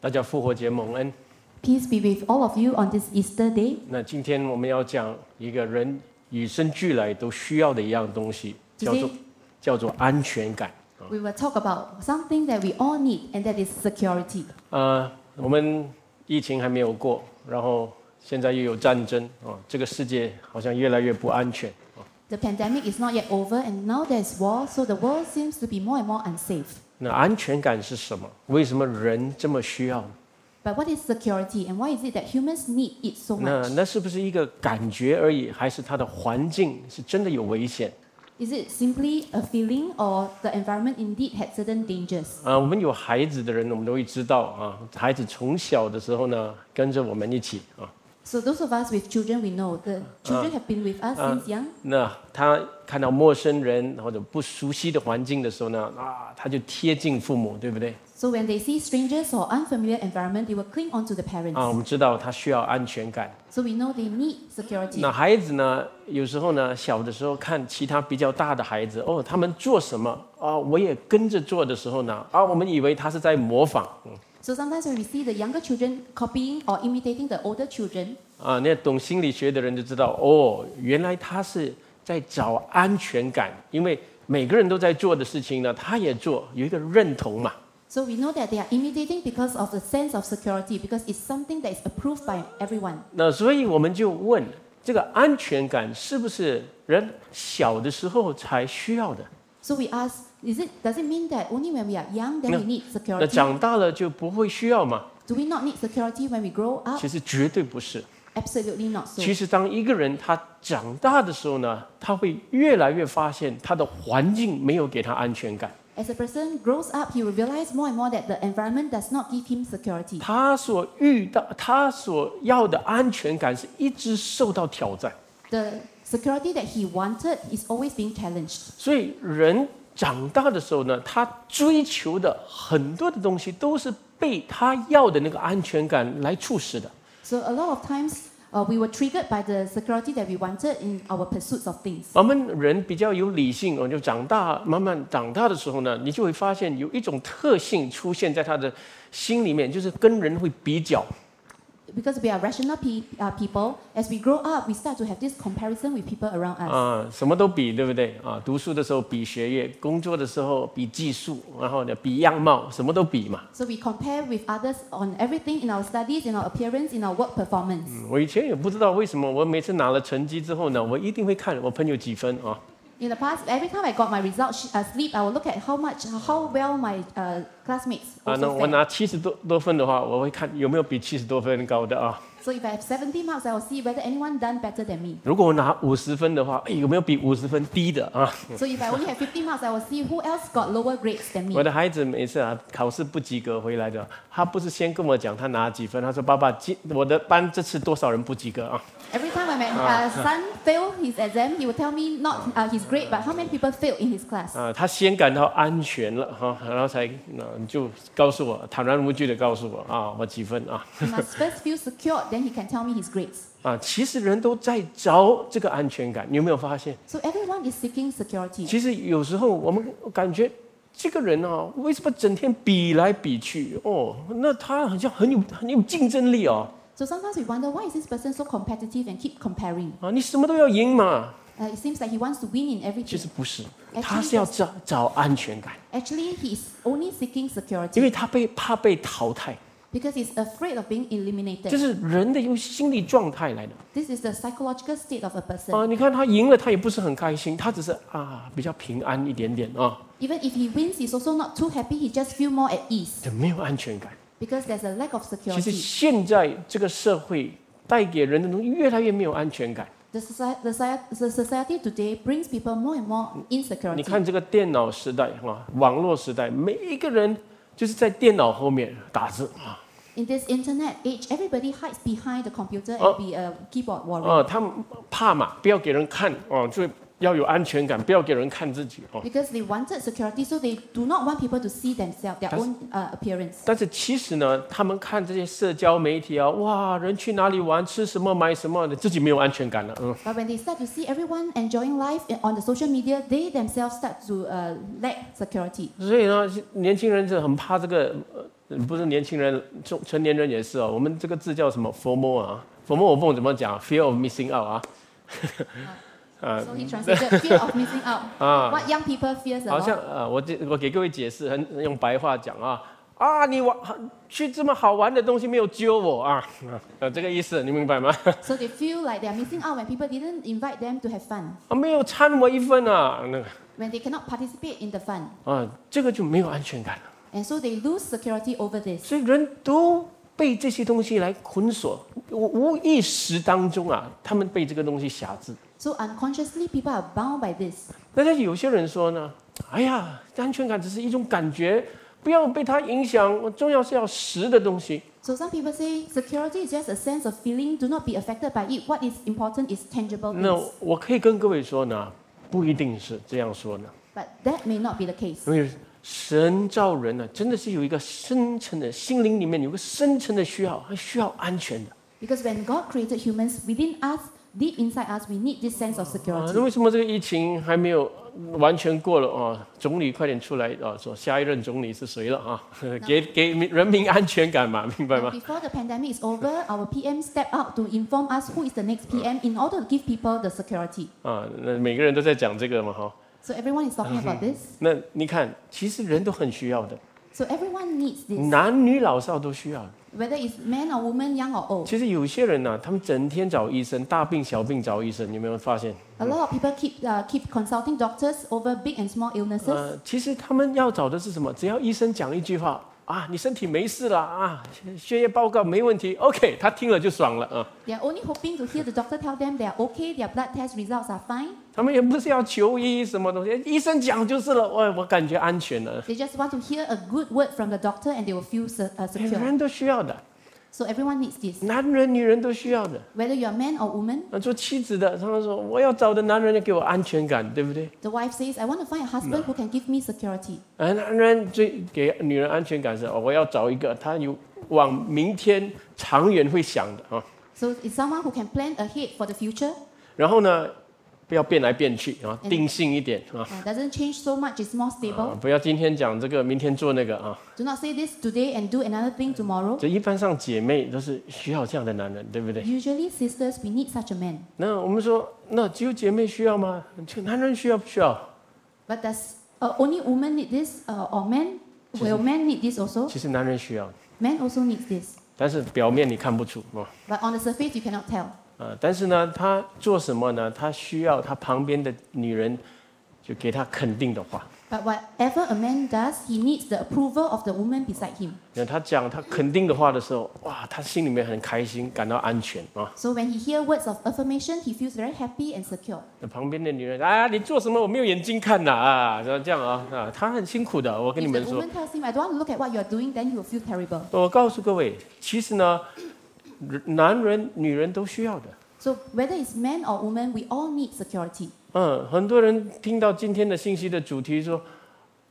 大家复活节蒙恩。 Peace be with all of you on this Easter day. 那今天我们要讲一个人与生俱来都需要的一样东西，叫做 Today 叫做安全感。 we will talk about something that we all need, and that is security. 呃，我们疫情还没有过，然后现在又有战争啊、哦这个世界好像越来越不安全。 The pandemic is not yet over, and now there's war, so the world seems to be more and more unsafe. 那安全感是什么？为什么人这么需要？ But what is security, and why is it that humans need it so 那 much? 那是不是一个感觉而已，还是它的环境是真的有危险？ Is it simply a feeling, or the environment indeed had certain dangers? 啊，我们有孩子的人，我们都会知道啊，孩子从小的时候呢，跟着我们一起啊， So those of us with children, we know the children have been with us since young. 那他看到陌生人或者不熟悉的环境的时候呢，啊，他就贴近父母，对不对？ So when they see strangers or unfamiliar environment, they will cling on to the 啊，我 parents. 们知道他需要安全感。 So we know they need security. 那孩子呢，有时候呢，小的时候看其他比较大的孩子，哦，他们做什么啊，我也跟着做的时候呢，啊，我们以为他是在模仿，嗯 So sometimes when we see the younger children copying or imitating the older children, 啊，那懂心理学的人就知道，哦，原来他是在找安全感，因为每个人都在做的事情呢，他也做，有一个认同嘛。 so we know that they are imitating because of the sense of security, because it's something that is approved by everyone. 那所以我们就问，这个安全感是不是人小的时候才需要的？ So we ask, is it does it mean that only when we are young then No. we need 那 security? 长大了就不会需要吗？ Do we not need security when we grow up? 其实绝对不是。 Absolutely not so. 其实当一个人他长大的时候呢，他会越来越发现他的环境没有给他安全感， As a person grows up, he will realize more and more that the environment does not give him security. 他所遇到他所要的安全感是一直受到挑战。 The security that he wanted is always being challenged. 所以人长大的时候呢，他追求的很多的东西都是被他要的那个安全感来促使的。 So a lot of times uh, we were triggered by the security that we wanted in our pursuits of things. 我们人比较有理性，我哦就长大，慢慢长大的时候呢，你就会发现有一种特性出现在他的心里面，就是跟人会比较。 Because we are rational pe- uh, people, as we grow up, we start to have this comparison with people around us. 啊，什么都比，对不对？啊，读书的时候比学业，工作的时候比技术，然后呢比样貌，什么都比嘛。 So we compare with others on everything in our studies, in our appearance, in our work performance. 我以前也不知道为什么，我每次拿了成绩之后呢，我一定会看我朋友几分啊。 In the past, every time I got my results sh- uh, slip, I would look at how much, how well my uh, classmates 啊，那 also 我 fared. 拿七十多多分的话，我会看有没有比七十多分高的啊。 So if I have 70 marks, I will see whether anyone done better than me. 如果我拿五十分的话，哎，有没有比五十分低的啊？ So if I only have 50 marks, I will see who else got lower grades than 我 me. 的孩子每次啊考试不及格回来的，他不是先跟我讲他拿几分，他说爸爸今我的班这次多少人不及格啊？ Every time when my uh, son failed his exam, he would tell me not uh, his grade, but how many people failed in his class. 啊，他先感到安全了哈、然后才那你就告诉我，坦然无惧的告诉我啊，我几分啊 He must first feel secured, then he can tell me his grades. 啊！其实人都在找这个安全感，你有没有发现？ So everyone is seeking security. 其实有时候我们感觉这个人啊，为什么整天比来比去？哦，那他好像很有很有竞争力哦 So sometimes we wonder why is this person so competitive and keep comparing. 啊，你什么都要赢嘛？ Uh, it seems like he wants to win in 其 everything. 实不是，哎他是要找找安全感， Actually, he is only seeking 因 security 为他被怕被淘汰， because he's afraid of being 这 eliminated. 是人的一个心理状态来的。 This is the psychological state of a person. 啊，你看他赢了，他也不是很开心，他只是啊比较平安一点点啊， Even if he wins, he's also not too happy. He just feel more at ease 就没有安全感。 because there's a lack of 其实 security. 现在这个社会带给人的东西越来越没有安全感。 The society, the, soci- the society today brings people more and more 你 insecurity. 看这个电脑时代啊，网络时代，每一个人就是在电脑后面打字啊 In this internet age, everybody hides behind the computer and Oh. be a keyboard warrior 啊，他们怕嘛，不要给人看哦、就要有安全感，不要给人看自己哦。 because they wanted security, so they do not want people to see themselves, their That's- own uh, appearance. 但是其实呢，他们看这些社交媒体啊，哇，人去哪里玩，吃什么，买什么的，自己没有安全感了，嗯。 But when they start to see everyone enjoying life in- on the social media, they themselves start to uh, lack security. 所以呢，年轻人是很怕这个呃嗯不是年轻人，中成年人也是哦。我们这个字叫什么？FOMO 啊，FOMO 我不懂怎么讲，fear of missing out 啊。啊 So he translated fear of missing out. 啊， What young people fears 好 about. 像呃，我这我给各位解释，很用白话讲啊啊，你玩去这么好玩的东西没有揪我啊， 呃，这个意思你明白吗？ So they feel like they are missing out when people didn't invite them to have fun, 啊，没有掺我一份啊，那个 when they cannot participate in the fun. 啊，这个就没有安全感了。 And so they lose security over this. 所以人都被这些东西来捆锁，无无意识当中啊，他们被这个东西辖制。 So unconsciously, people are bound by this. 但是有些人说呢，哎呀，安全感只是一种感觉，不要被它影响，我重要是要实的东西。 So some people say security is just a sense of feeling. Do not be affected by it. What is important is tangible 那 things. 我可以跟各位说呢，不一定是这样说呢， But that may not be the case. 因为神造人呢、真的是有一个深层的心灵里面有个深层的需要，还需要安全的 Because when God created humans, within us, deep inside us, we need this sense of 啊。 security. 那为什么这个疫情还没有呃完全过了啊？总理快点出来啊，说下一任总理是谁了啊？ 给给人民安全感嘛， 明白 And 吗？ before the pandemic is over, our PM stepped out to inform us who is the next PM in order to give people the security. 啊，那每个人都在讲这个嘛，哈。 So everyone is talking about this. 那你看，其实人都很需要的， So everyone needs this, 男女老少都需要的。 whether it's man or woman, young or old. 其实有些人呢、啊他们整天找医生，大病小病找医生，你有没有发现？ A lot of people keep uh, keep consulting doctors over big and small illnesses. 呃，其实他们要找的是什么？只要医生讲一句话啊，你身体没事了啊，血液报告没问题，OK，他听了就爽了啊。 They are only hoping to hear the doctor tell them they are okay, their blood test results are fine. 他们也不是要求医什么东西，医生讲就是了，我我感觉安全了。 They just want to hear a good word from the doctor and they will feel se- uh, 每 secure. 哎人都需要的， So everyone needs this, 男人女人都需要的。 whether you're a man or woman. 那做妻子的，他们说我要找的男人要给我安全感，对不对？ The wife says, I want to find a husband who can give me security. 呃，男人最给女人安全感是，哦我要找一个他有往明天长远会想的啊。 So it's someone who can plan ahead for the future 然后呢，不要变来变去啊，嗯定性一点啊。 uh, doesn't change so much, it's more 啊 stable.，不要今天讲这个，明天做那个啊！ Do not say this today and do another thing tomorrow. 这一般上姐妹都是需要这样的男人，对不对？ Usually, sisters, we need such a man. 那我们说，那只有姐妹需要吗？这男人需要不需要？ But does uh, only women need this uh, or men? Will men need this also? 其实男人需要， Men also needs this. 但是表面你看不出啊。 But on the surface, you cannot tell. 啊，但是呢，他做什么呢？他需要他旁边的女人就给他肯定的话。 But whatever a man does, he needs the approval of the woman beside him. 那他讲他肯定的话的时候，哇，他心里面很开心，感到安全啊。 So when he hears words of affirmation, he feels very happy and secure. 那旁边的女人，啊，你做什么？我没有眼睛看呐啊，这样啊啊，他很辛苦的，我跟你 If the 们说。 woman tells him, I don't want to look at what you're doing, then he will feel terrible. 我告诉各位，其实呢，男人、女人都需要的。 So whether it's man or woman, we all need security. 嗯，很多人听到今天的信息的主题说：“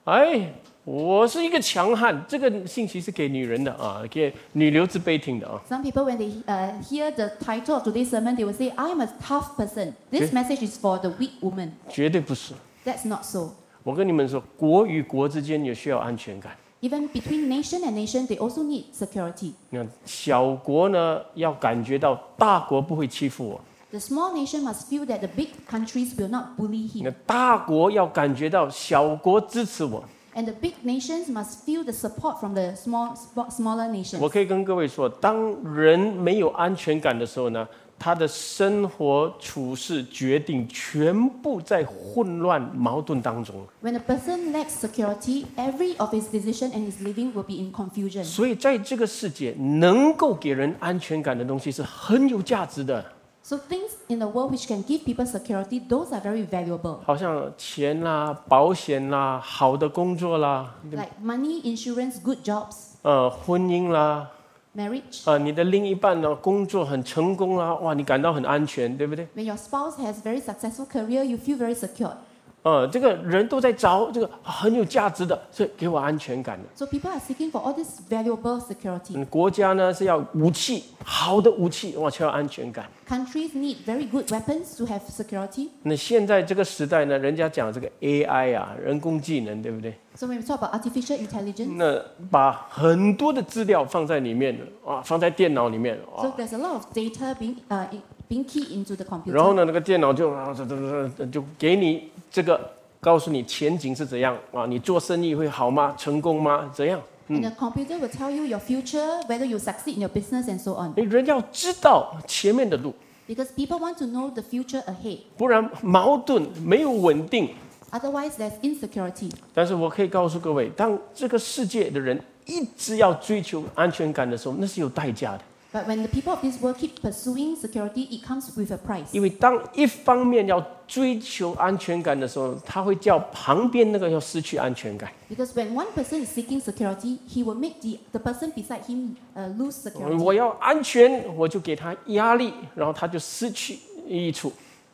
哎，我是一个强悍。”这个信息是给女人的啊，给女流之辈听的啊。 Some people, when they uh, hear the title of today's sermon, they will say, I'm a tough person. This Okay. message is for the weak woman. 绝对不是。 That's not so. 我跟你们说，国与国之间也需要安全感。 Even between nation and nation, they also need security. 你看，小国呢要感觉到大国不会欺负我， The small nation must feel that the big countries will not bully 你 him. 看大国要感觉到小国支持我。 And the big nations must feel the support from the small, sp- smaller 我 nations. 可以跟各位说，当人没有安全感的时候呢，他的生活处事决定全部在混乱矛盾当中。 When a person lacks security, every of his decision and his living will be in confusion. 所以，在这个世界，能够给人安全感的东西是很有价值的， So things in the world which can give people security, those are very valuable. 好像钱啦、保险啦、好的工作啦、 Like money, insurance, good jobs, 呃婚姻啦、 marriage. 呃你的另一半呢工作很成功啦，哇，你感到很安全，对不对？ When your spouse has very successful career, you feel very secure. 呃，这个人都在找这个很有价值的，所以给我安全感的。 So people are seeking for all this valuable security. 嗯，国家呢是要武器，好的武器，我才有安全感。 Countries need very good weapons to have security. 那现在这个时代呢，人家讲这个 AI 啊，人工智能，对不对？ So when we talk about artificial intelligence, 那把很多的资料放在里面了啊，放在电脑里面了啊 so。there's a lot of data being uh, in- being keyed into the 然后 computer. 呢，那个电脑就啊，这这这这就给你这个，告诉你前景是怎样啊，你做生意会好吗？成功吗？怎样？ And the computer will tell you your future, whether you succeed in your business and so on. 诶人要知道前面的路， Because people want to know the future ahead. 不然矛盾没有稳定。 Otherwise, there's insecurity. 但是我可以告诉各位，当这个世界的人一直要追求安全感的时候，那是有代价的。 But when the people of this world keep pursuing security, it comes with a price. 因为当一方面要追求安全感的时候，他会叫旁边那个要失去安全感。 Because when one person is seeking security, he will make the, the person beside him uh, lose 我 security. 要安全，我就给他压力，然后他就失去益处。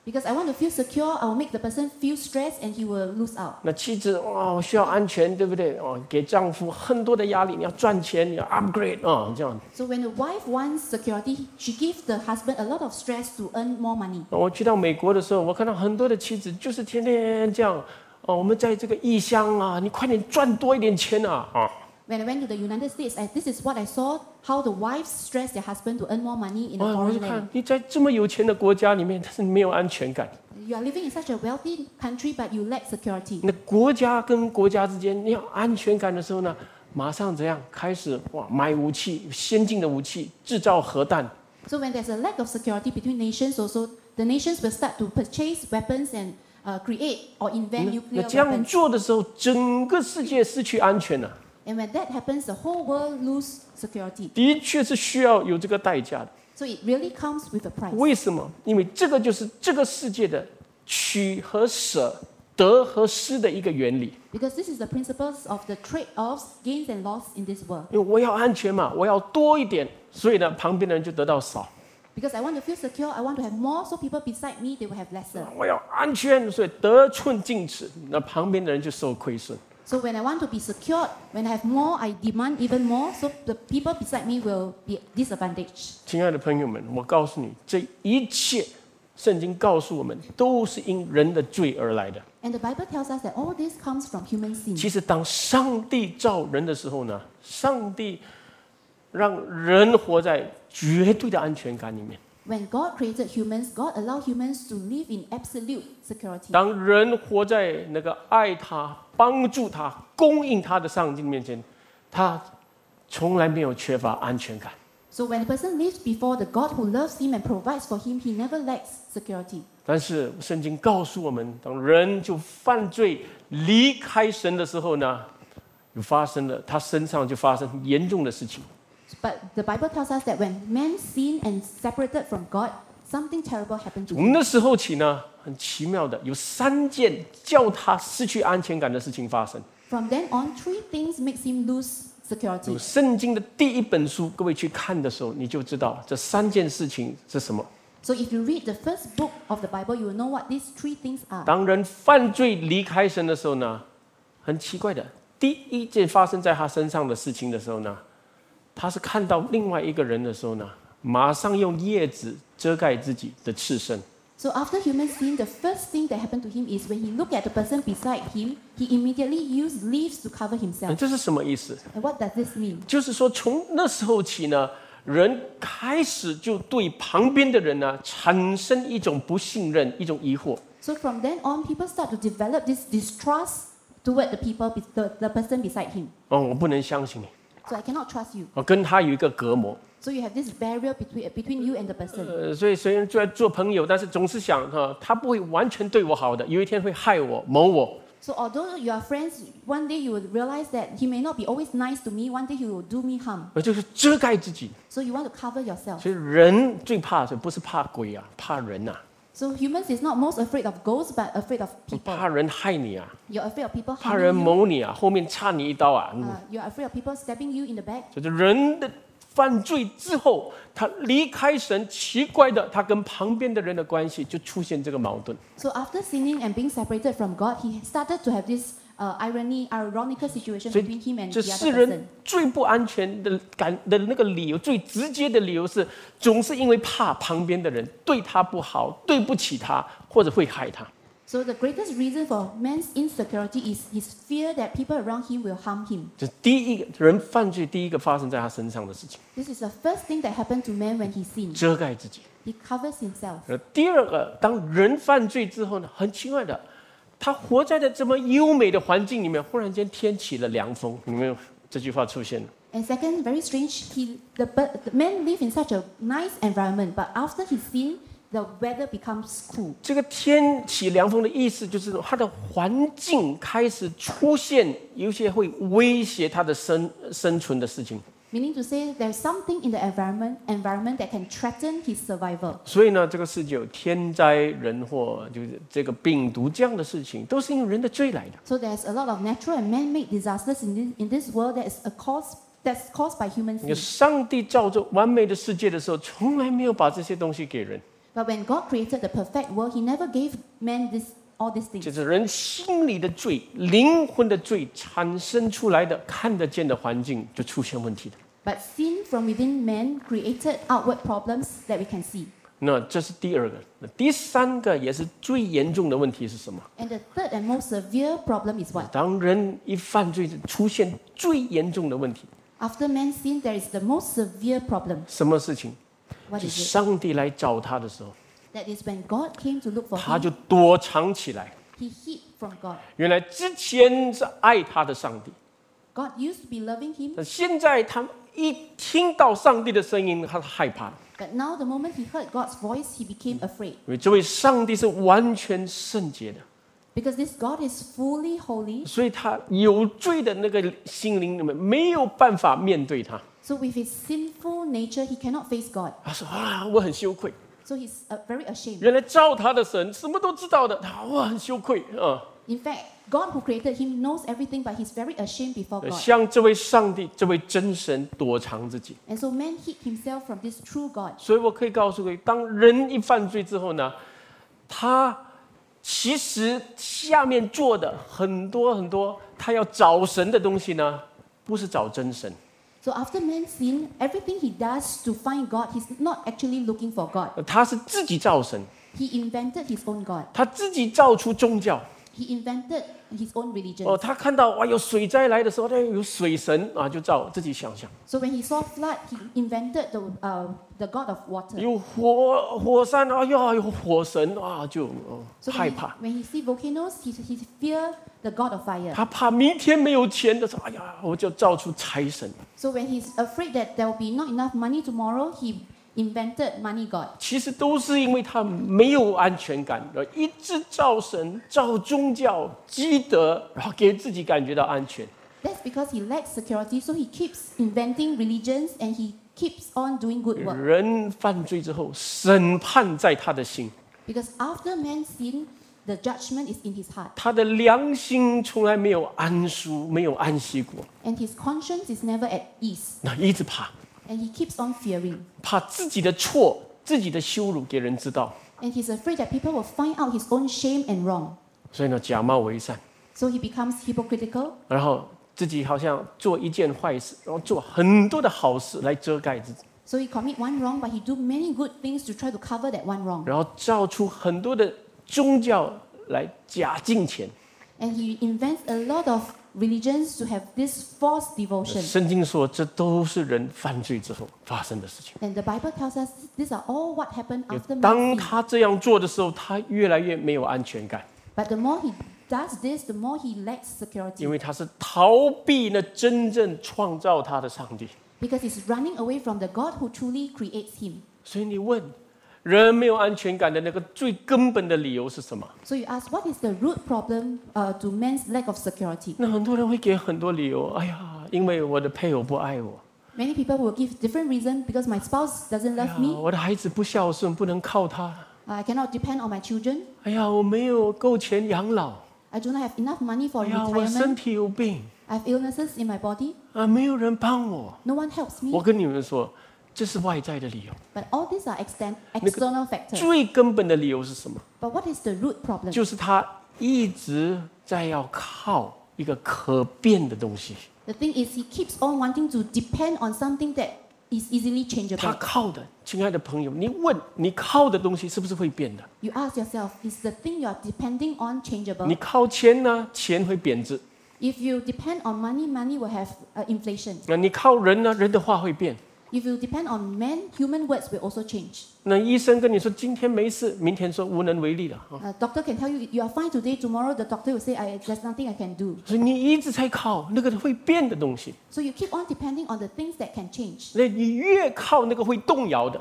Because I want to feel secure, I will make the person feel stressed and he will lose out. 那妻子哦，我需要安全，对不对？哦，给丈夫很多的压力，你要赚钱，你要 upgrade 哦，这样。 So when the wife wants security, she gives the husband a lot of stress to earn more money. 我去到美国的时候，我看到很多的妻子就是天天这样。哦，我们在这个异乡啊，你快点赚多一点钱啊！啊， When I went to the United States, I, this is what I saw: how the wives stress their husband to earn more money in a 哦，我就 foreign 看 land. 你在这么有钱的国家里面，但是你没有安全感。 You are living in such a wealthy country, but you lack security. 那国家跟国家之间，你有安全感的时候呢，马上怎样开始哇，买武器，先进的武器，制造核弹， So when there's a lack of security between nations, also the nations will start to purchase weapons and uh, create or invent 那 nuclear 这样 weapons. 做的时候，整个世界失去安全了、 And when that happens, the whole world lose security. 的确是需要有这个代价的。 So it really comes with a price. 为什么？因为这个就是这个世界的取和舍、得和失的一个原理。 Because this is the principles of the trade-offs, gains and loss in this world. 因为我要安全嘛，我要多一点，所以呢，旁边的人就得到少； Because I want to feel secure, I want to have more, so people beside me they will have lesser. 我要安全，所以得寸进尺，那旁边的人就受亏损。 So when I want to be secured, when I have more, I demand even more, so the people beside me will be disadvantaged. 亲爱的朋友们，我告诉你，这一切，圣经告诉我们，都是因人的罪而来的。 And the Bible tells us that all this comes from human sin. 其实，当上帝造人的时候呢，上帝让人活在绝对的安全感里面。 When God created humans, God allowed humans to live in absolute security. 当人活在那个爱他、帮助他、供应他的上帝面前，他从来没有缺乏安全感。 So when a person lives before the God who loves him and provides for him, he never lacks security. 但是圣经告诉我们，当人就犯罪离开神的时候呢，就发生了他身上就发生严重的事情。 But the Bible tells us that when man sinned and separated from God, something terrible happened to him. 从那时候起呢，很奇妙的，有三件叫他失去安全感的事情发生。 From then on, three things makes him lose 有 security. 圣经的第一本书，各位去看的时候，你就知道这三件事情是什么。 So if you read the first book of the Bible, you will know what these three things are. 当人犯罪离开神的时候呢，很奇怪的，第一件发生在他身上的事情的时候呢，他是看到另外一个人的时候呢，马上用叶子遮盖自己的赤身。 So after human sin, the first thing that happened to him is when he looked at the person beside him, he immediately used leaves to cover 嗯 himself. 这是什么意思？ And what does this mean? 就是说，从那时候起呢，人开始就对旁边的人呢产生一种不信任、一种疑惑。 So from then on, people start to develop this distrust toward the people, be- the, the person beside him. 哦，我不能相信你， So I cannot trust you. 我跟他有一个隔膜。 So you have this barrier between between you and the person. 呃，所以虽然做做朋友，但是总是想哈、他不会完全对我好的，有一天会害我、谋我。 So although you are friends, one day you will realize that he may not be always nice to me. One day he will do me harm. 呃，就是遮盖自己。 So you want to cover yourself. 所以人最怕的不是怕鬼啊，怕人呐、 So humans is not most afraid of ghosts, but afraid of people. 怕人害你啊， You're afraid of people 怕人 harming you. 谋你啊，后面插你一刀啊。嗯 Uh, you're afraid of people stabbing you in the back. 就是人的犯罪之后，他离开神，奇怪的，他跟旁边的人的关系就出现这个矛盾。 So after sinning and being separated from God, he started to have this uh, irony, ironical situation 所以 between him and 这 the 世 other 人 person. 最不安全的感的那个理由，最直接的理由是，总是因为怕旁边的人对他不好，对不起他，或者会害他。 So the greatest reason for man's insecurity is his fear that people around him will harm him. 这是第一个人犯罪第一个发生在他身上的事情， This is the first thing that happened to man when he sinned. 遮盖自己。 He covers himself. 而第二个，当人犯罪之后呢，很奇怪的，他活在的这么优美的环境里面，忽然间天起了凉风，有没有这句话出现了？ And second, very strange, he, the, bir- the man live in such a nice environment, but after he sinned, the weather becomes cool. 这个天起凉风的意思就是说，他的环境开始出现有一些会威胁他的生生存的事情， Meaning to say, there's something in the environment environment that can threaten his survival. 所以呢，这个世界有天灾人祸，就是这个病毒这样的事情，都是因为人的罪来的。 So there's a lot of natural and man-made disasters in this, in this world that is a cause that's caused by human 你看 sin. 上帝造这完美的世界的时候，从来没有把这些东西给人， But when God created the perfect world, He never gave man this all these 这 things. 是人心里的罪、灵魂的罪产生出来的看得见的环境就出现问题的。 But sin from within man created outward problems that we can see. 那这是第二个，那第三个也是最严重的问题是什么？ And the third and most severe problem is what? 当人一犯罪，出现最严重的问题， After man sin, there is the most severe problem. 什么事情？ What 就 is 上帝来找他的时候， it? That is when God came to look for 他 him, 就躲藏起来。 he hid from God. 原来之前是爱他的上帝， God used to be loving him, 那现在他一听到上帝的声音，他害怕了， but now the moment he heard God's voice, he became afraid. 因为这位上帝是完全圣洁的， Because this God is fully holy, 所以他有罪的那个心灵里面没有办法面对他。 so with his sinful nature, he cannot face God. 他说：“啊，我很羞愧。 So he's uh, very ashamed. 原来造他的神什么都知道的，他我很羞愧啊。 In fact, God who created him knows everything, but he's very ashamed before 对 God. 向这位上帝、这位真神躲藏自己。 And so man hid himself from this true God. 所以我可以告诉各位，当人一犯罪之后呢，他其实下面做的很多很多，他要找神的东西呢，不是找真神。 So after man sinned, everything he does to find God, he's not actually looking for God. 他是自己造神， He invented his own God. 他自己造出宗教。 He invented his own religion. 哦，他看到哇有水灾来的时候，哎有水神啊，就造自己想象； So when he saw flood, he invented the, uh, the God of water. 有火火山，哎呀有火神啊，就、哦 So 害 when he, 怕。 when he see volcanoes, he, he fear the God of fire. 他怕明天没有钱的时候，哎呀，我就造出财神。 So when he's afraid that there will be not enough money tomorrow, he invented money God. 其实都是因为他没有安全感，而一直造神、造宗教、积德，然后给自己感觉到安全。 That's because he lacks security, so he keeps inventing religions and he keeps on doing good work. 人犯罪之后，审判在他的心， Because after man's sin, the judgment is in his heart, 他的良心从来没有安舒，没有安息过， and his conscience is never at ease, 那一直怕， and he keeps on fearing. 怕自己的错、自己的羞辱给人知道， And he's afraid that people will find out his own shame and wrong. 所以呢，假冒为善， So he becomes hypocritical, 然后自己好像做一件坏事，然后做很多的好事来遮盖自己。 so he commit one wrong, but he do many good things to try to cover that one wrong. 然后造出很多的宗教来假敬虔。 And he invents a lot of religions to have this false devotion. 圣经说，这都是人犯罪之后发生的事情。 And the Bible tells us these are all what happened after 当 man's sin. 他这样做的时候，他越来越没有安全感， But the more he does this, the more he lacks 因 security 为他是逃避那真正创造他的上帝。 because he's running away from the God who truly creates him. 所以你问，人没有安全感的那个最根本的理由是什么？ So you ask, what is the root problem uh, to man's lack of security? 那很多人会给很多理由。哎呀，因为我的配偶不爱我， Many people will give different reasons because my spouse doesn't 哎 love 呀 me, Uh, 我的孩子不孝顺，不能靠他。 I cannot depend on my children, 哎呀，我没有够钱养老。 I do not have enough money for 哎呀，我身 retirement, 体有病。 I have illnesses in my body. 啊，没有人帮我。 No one helps 我 me. 跟你们说，这是外在的理由， But all these are exten- external factors. 最根本的理由是什么？ But what is the root problem? 就是他一直在要靠一个可变的东西， The thing is, he keeps on wanting to depend on something that is easily 他 changeable. 靠的，亲爱的朋友，你问你靠的东西是不是会变的？ You ask yourself, is the thing you are depending on 你 changeable? 靠钱呢，钱会贬值； If you depend on money, money will have uh, inflation. 那你靠人呢，人的话会变。 If you depend on men, human words will also change. 那医生跟你说今天没事，明天说无能为力了啊， A Uh, doctor can tell you you are fine today. Tomorrow, the doctor will say, I, "There's nothing I can do." 所以你一直在靠那个会变的东西。 So you keep on depending on the things that can change. 那你越靠那个会动摇的，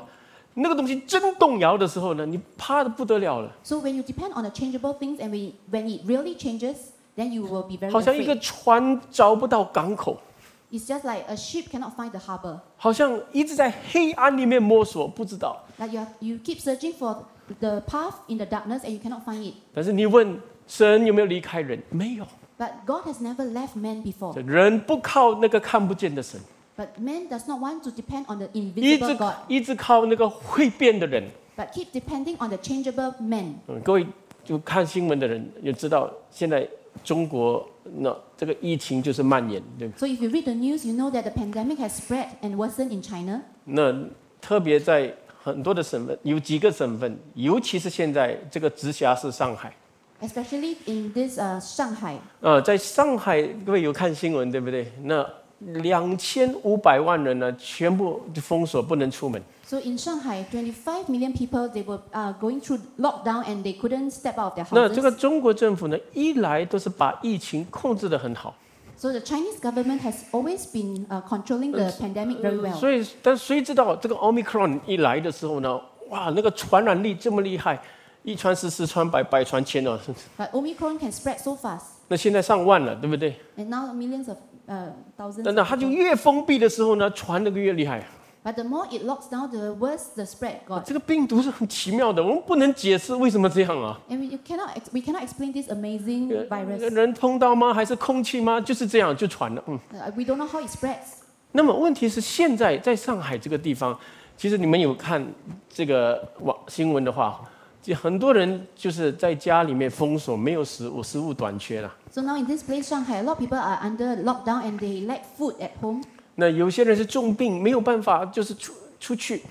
那个东西真动摇的时候呢，你怕的不得了了， So when you depend on the changeable things, and we, when it really changes, then you will be very 好像一个 afraid. 船找不到港口， It's just like a ship cannot find the harbor. 好像一直在黑暗里面摸索，不知道。 Like you, are, you keep searching for the path in the darkness, and you cannot find it. 但是你问神有没有离开人？没有， But God has never left man before. 人不靠那个看不见的神， But man does not want to depend on the 一 invisible 直 God, 一直靠那个会变的人。 but keep depending on the changeable man. 嗯，各位就看新闻的人也知道，现在中国那这个疫情就是蔓延，对不对？ So if you read the news, you know that the pandemic has spread and worsened in China. 那特别在很多的省份，有几个省份，尤其是现在这个直辖市上海。 especially in this uh, Shanghai. 呃，在上海，各位有看新闻对不对？那两千五百万人呢，全部就封锁，不能出门。 So in Shanghai, 25 million people they were uh, going through lockdown and they couldn't step out of their 那这个 houses. 中国政府呢，一来都是把疫情控制得很好， So the Chinese government has always been uh, controlling the pandemic very 呃 well. 所以但谁知道这个 Omicron 一来的时候呢，哇，那个传染力这么厉害，一传十，十传百，百传千哦。 But Omicron can spread so fast, 那现在上万了，对不对？ and now millions of uh, thousands. 那 Of 那它就 people. 越封闭的时候呢，传的越厉害。 But the more it locks down, the worse the spread got. 这个病毒是很奇妙的，我们不能解释为什么这样啊。 And we you cannot ex- we cannot explain this amazing 呃 virus. 人碰到吗？还是空气吗？就是这样就传了。嗯， Uh, we don't know how it spreads. 那么问题是现在在上海这个地方，其实你们有看这个网新闻的话，就很多人就是在家里面封锁，没有食物，食物短缺了。 So now in this place, Shanghai, a lot of people are under lockdown and they lack food at home. 那有些人是重病，没有办法，就是出出去，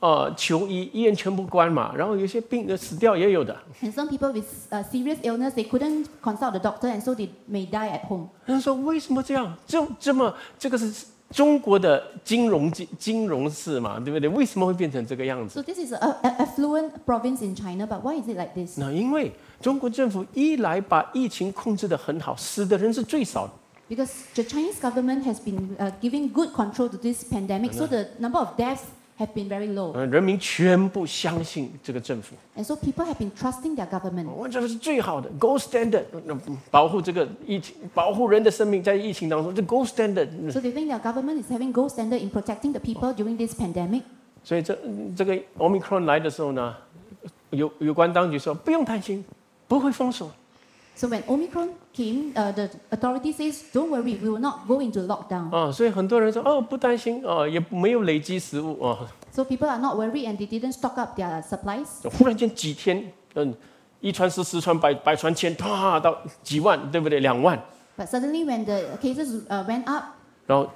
呃，求医，医院全部关嘛。然后有些病人呃死掉也有的。 And some people with uh, serious illness, they couldn't consult the doctor and so they may die at home. 他说：“为什么这样？这这么这个是中国的金融金金融市嘛，对不对？为什么会变成这个样子？ So this is a, a affluent province in China, but why is it like this? 那因为中国政府一来把疫情控制得很好，死的人是最少的。 Because the Chinese government has been uh, giving good control to this pandemic, so the number of deaths have been very low. 嗯，人民全部相信这个政府， And so people have been trusting their government. 我这个是最好的 gold standard，那保护这个疫情，保护人的生命在疫情当中，这 gold standard。 So they think their government is having gold standard in protecting the people during this pandemic. 所以这这个 omicron 来的时候呢，有有关当局说不用担心，不会封锁。 So when Omicron came, uh, the authority says, don't worry, we will not go into lockdown. 啊，所以很多人说哦不担心哦，也没有累积食物哦。 So people are not worried and they didn't stock up their supplies. 忽然间几天，嗯，一传十，十传百，百传千，啪到几万，对不对？两万， But suddenly, when the cases uh, went up, 然后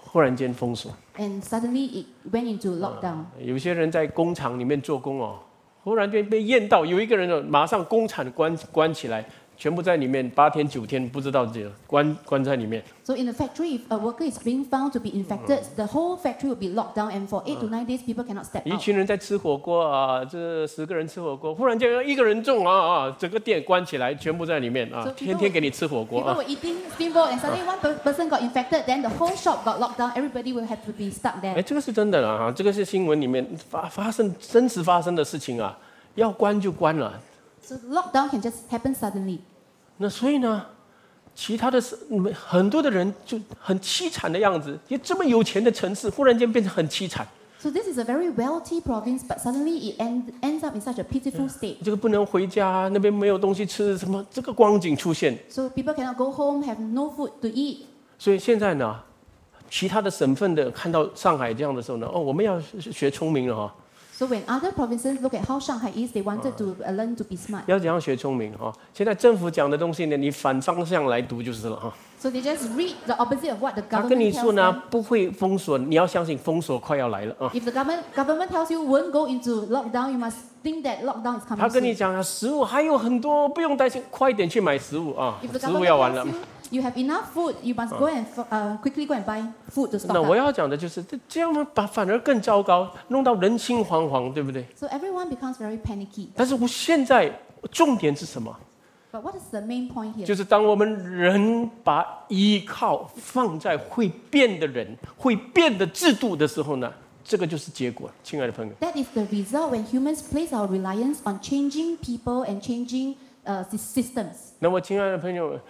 忽然间封锁。 and suddenly it went into lockdown. 有些人在工厂里面做工哦，忽然间被验到，有一个人哦，马上工厂关关起来，全部在里面八天九天，不知道这个关关在里面。 So in the factory, if a worker is being found to be infected, the whole factory will be locked down, and for eight to nine days, people cannot step 一 out. 群人在吃火锅啊，这十个人吃火锅，忽然间一个人中啊啊，整个店关起来，全部在里面啊所以，天天给你吃火锅 People 啊。 were eating steamboat, and suddenly one per- person got infected. Then the whole shop got locked down. Everybody will have to be stuck 哎， there. 这个是真的了啊，这个是新闻里面发发生真实发生的事情啊，要关就关了。 So lockdown can just happen suddenly. 那所以呢，其他的是嗯很多的人就很凄惨的样子，也这么有钱的城市，忽然间变成很凄惨， So this is a very wealthy province, but suddenly it end, ends up in such a pitiful state. 这个不能回家，那边没有东西吃，什么这个光景出现， So people cannot go home, have no food to eat. 所以现在呢，其他的省份的看到上海这样的时候呢，哦，我们要学聪明了哈、 So when other provinces look at how Shanghai is, they wanted to uh, learn to be smart. 要怎样学聪明哈、现在政府讲的东西呢，你反方向来读就是了哈、 So they just read the opposite of what the 他跟 government 你说 tells 呢 them.，不会封锁，你要相信封锁快要来了啊。 If the government government tells you won't go into lockdown, you must think that lockdown is 他 coming 跟你 soon. 讲啊，食物还有很多，不用担心，快点去买食物啊 If the，食物 government 要完了 tells。you you have enough food, you must go and f- uh, quickly go and buy food to stock 那我 up. 要讲的就是，这这样反反而更糟糕，弄到人心惶惶，对不对？ So everyone becomes very panicky. 但是我现在重点是什么？ But what is the main point here? 就是当我们人把依靠放在会变的人、会变的制度的时候呢，这个就是结果，亲爱的朋友。 That is the result when humans place our reliance on changing people and changing uh, sy- systems. 那么，亲爱的朋友们，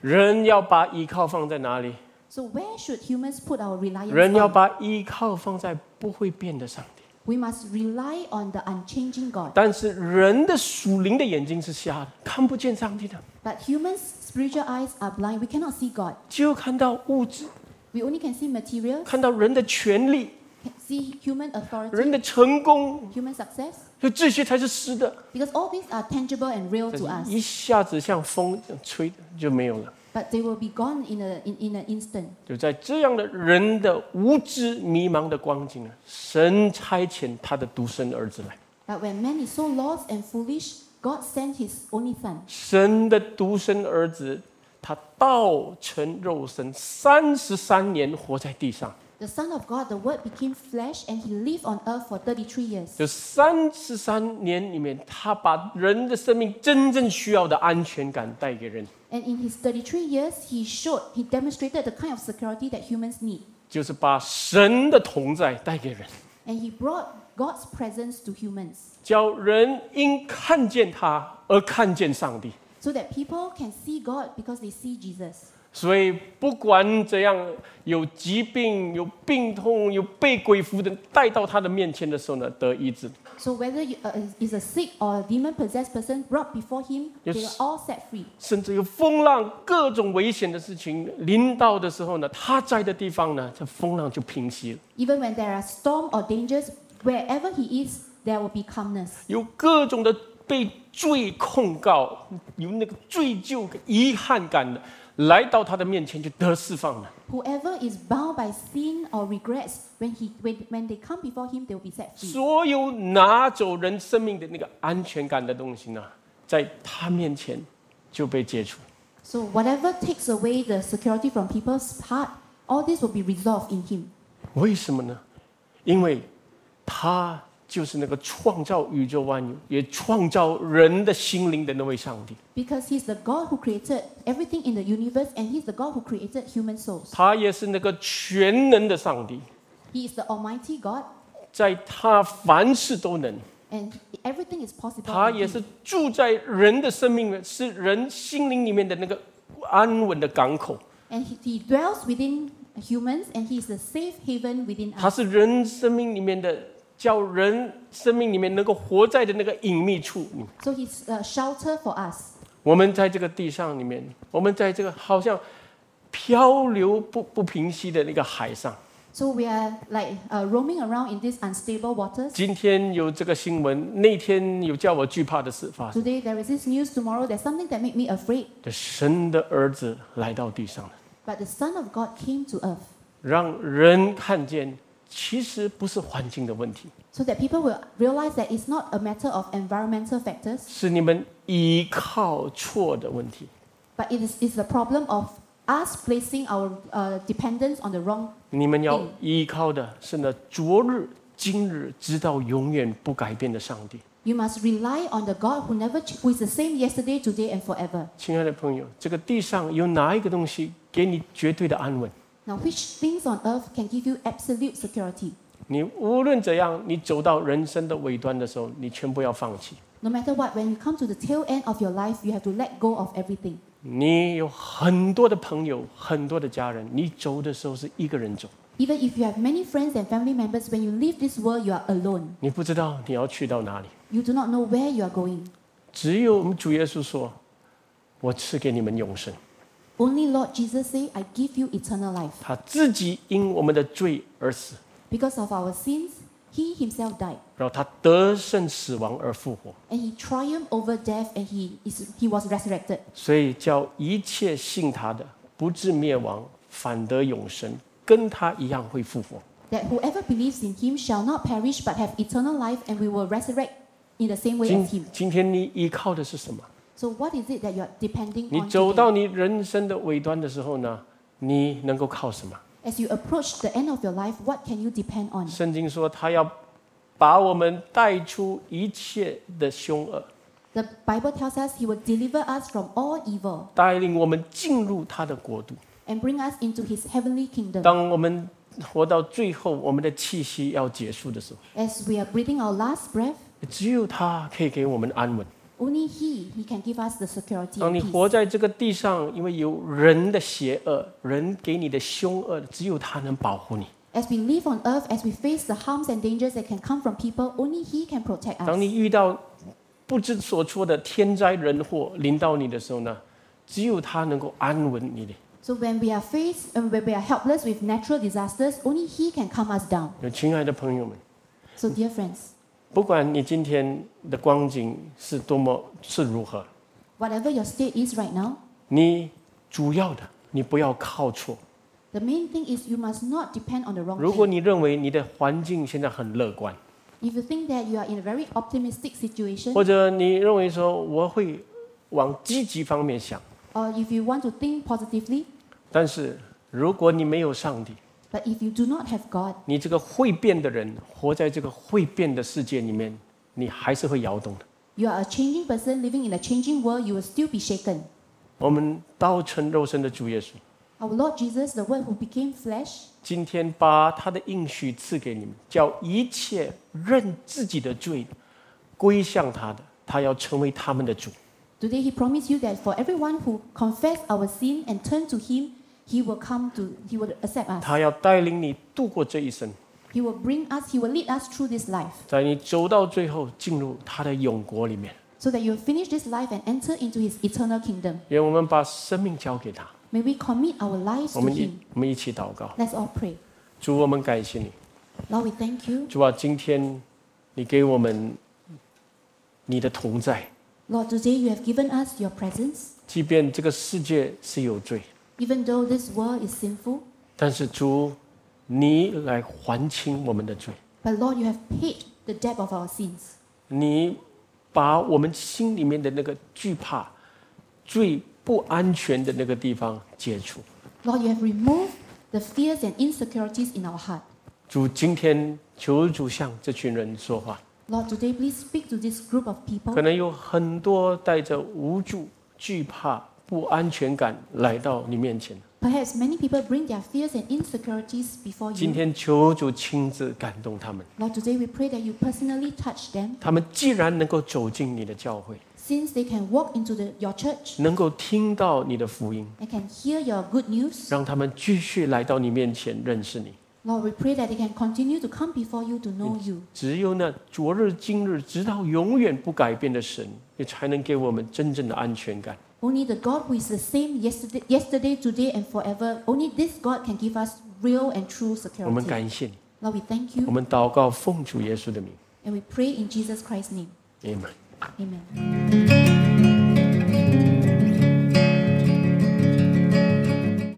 人要把依靠放在哪里？ So where should humans put our reliance 人要 on? 把依靠放在不会变的上帝。 We must rely on the unchanging God. 但是人的属灵的眼睛是瞎的，看不见上帝的， But humans' spiritual eyes are blind. We cannot see God. 只有看到物质， We only can see material, 看到人的权利、 can see human 人 authority, 的成功， human success, 就这些才是实的。 because all these are tangible and real to 但是 us. 一下子像风这样吹就没有了。 But they will be gone in, a, in, in an instant. 就在这样的人的无知迷茫的光景啊，神差遣他的独生儿子来。 But when man is so lost and foolish, God sent his only son. 神的独生儿子，他道成肉身，三十三年活在地上， The Son of God, the Word became flesh and he lived on earth for 33 years. 就三十三年里面，他把人的生命真正需要的安全感带给人， And in his 33 years, he showed, he demonstrated the kind of security that humans need. 就是把神的同在带给人， And he brought God's presence to humans 叫人因看见他而看见上帝。 so that people can see God because they see Jesus. 所以不管怎样，有疾病、有病痛、有被鬼附的，带到他的面前的时候呢，得医治。 So whether you, uh, is a sick or a demon-possessed person brought before him, they Yes. were all set free. 甚至有风浪、各种危险的事情临到的时候呢，他在的地方呢，这风浪就平息了。 Even when there are storm or dangers, wherever he is, there will be calmness. 有各种的被罪控告、有那个罪疚、遗憾感的，来到他的面前就得释放了。嗯 Whoever is bound by sin or regrets, when, he, when, when they come before him, they will be set free. 所有拿走人生命的那个安全感的东西呢，在他面前就被解除。 So whatever takes away the security from people's heart, all this will be resolved in him. 为什么呢？因为他就是那个创造宇宙万有，也创造人的心灵的那位上帝。 Because he's the God who created everything in the universe and he's the God who created human souls. 他也是那个全能的上帝， He is the almighty God 在他凡事都能。 and everything is possible. 他 in 也 him. 是住在人的生命里，是人心灵里面的那个安稳的港口。 And he, he dwells within humans and he is the safe haven within 他 us. 是人生命里面的，叫人生命里面能够活在的那个隐秘处。嗯 So he's a shelter for us. 我们在这个地上里面，我们在这个好像漂流不不平息的那个海上。 So we are like uh, roaming around in these unstable waters. 今天有这个新闻，那天有叫我惧怕的事发生。 Today there is this news, tomorrow there's something that made me afraid. 这神的儿子来到地上了， But the Son of God came to earth. 让人看见，其实不是环境的问题， so that people will realize that it's not a matter of environmental factors, 是你们依靠错的问题。 but it is it's the problem of us placing our uh, dependence on the wrong. 你们要依靠的是呢，昨日、今日，直到永远不改变的上帝。 You must rely on the God who never, ch- who is the same yesterday, today, and forever. 亲爱的朋友，这个地上有哪一个东西给你绝对的安稳？ Now, which things on earth can give you absolute security? 你无论怎样，你走到人生的尾端的时候，你全部要放弃。 No matter what, when you come to the tail end of your life, you have to let go of everything. 你有很多的朋友，很多的家人，你走的时候是一个人走， Even if you have many friends and family members, when you leave this world, you are alone. 你不知道你要去到哪里。 You do not know where you are going. 只有我们主耶稣说：“我赐给你们永生。 Only Lord Jesus say, I give you eternal life. 他自己因我们的罪而死， Because of our sins, he himself died 然后他得胜死亡而复活， and he triumphed over death and he is he was resurrected. 所以叫一切信他的不至灭亡，反得永生，跟他一样会复活。 That whoever believes in him shall not perish but have eternal life and we will resurrect in the same way 今 as him. 今天你依靠的是什么？ So what is it that you're depending 你 on? 走 today? 到你人生的尾端的时候呢，你能够靠什么？ As you approach the end of your life, what can you depend on? 圣经说他要把我们带出一切的凶恶， The Bible tells us he will deliver us from all evil 带领我们进入他的国度。 and bring us into his heavenly kingdom. 当我们活到最后，我们的气息要结束的时候， As we are breathing our last breath, 只有他可以给我们安稳。 only he, he can give us the security 当 and 你 peace. 活在这个地上，因为有人的邪恶，人给你的凶恶，只有他能保护你。 As we live on earth, as we face the harms and dangers that can come from people, only He can protect 当 us. 你遇到不知所措的天灾人祸临到你的时候呢，只有他能够安稳你的。 So when we are faced and when we are helpless with natural disasters, only He can calm us down. 有亲爱的朋友们， So dear friends, 不管你今天的光景是多么是如何， whatever your state is right now, 你主要的你不要靠错。 the main thing is you must not depend on the wrong 如果 thing. 你认为你的环境现在很乐观， If you think that you are in a very optimistic situation, 或者你认为说我会往积极方面想， or if you want to think positively, 但是如果你没有上帝， but if you do not have God, 你这个会变的人活在这个会变的世界里面，你还是会摇动的。 you are a changing person living in a changing world, you will still be shaken. 我们道成肉身的主耶稣， Our Lord Jesus, the Word who became flesh, 今天把他的应许赐给你们，叫一切认自己的罪归向他的，他要成为他们的主。 Today he promised you that for everyone who confess our sin and turn to him, he will come to he will accept us. 他要带领你度过这一生， He will bring us, he will lead us through this life 在你走到最后进入他的永国里面。 so that you'll finish this life and enter into his eternal kingdom. 愿我们把生命交给他。 May we commit our lives 我 to 们一 him. 我们一起祷告， Let's all pray. 主，我们感谢你， Lord, we thank you. 主啊，今天你给我们你的同在， Lord, today you have given us your presence. 即便这个世界是有罪， Even though this world is sinful, 但是主，你来还清我们的罪， but Lord, you have paid the debt of our sins. 你把我们心里面的那个惧怕、最不安全的那个地方解除。 Lord, you have removed the fears and insecurities in our heart. 主，今天求主向这群人说话， Lord, today please speak to this group of people. 可能有很多带着无助、惧怕、不安全感来到你面前。 Perhaps many people bring their fears and insecurities before 今 you. 天求主亲自感动他们， Lord, today we pray that you personally touch them 他们既然能够走进你的教会， since they can walk into the, your church 能够听到你的福音， and can hear your good news. 让他们继续来到你面前认识你。 Lord, we pray that they can continue to come before you to know you. 只有那昨日、今日，直到永远不改变的神，也才能给我们真正的安全感。 Only the God who is the same yesterday, yesterday, today, and forever, only this God can give us real and true 我们 security. 感谢你， Lord, we thank 我 you 们祷告，奉主耶稣的名 and we pray in Jesus Christ's name. ，Amen。 Amen.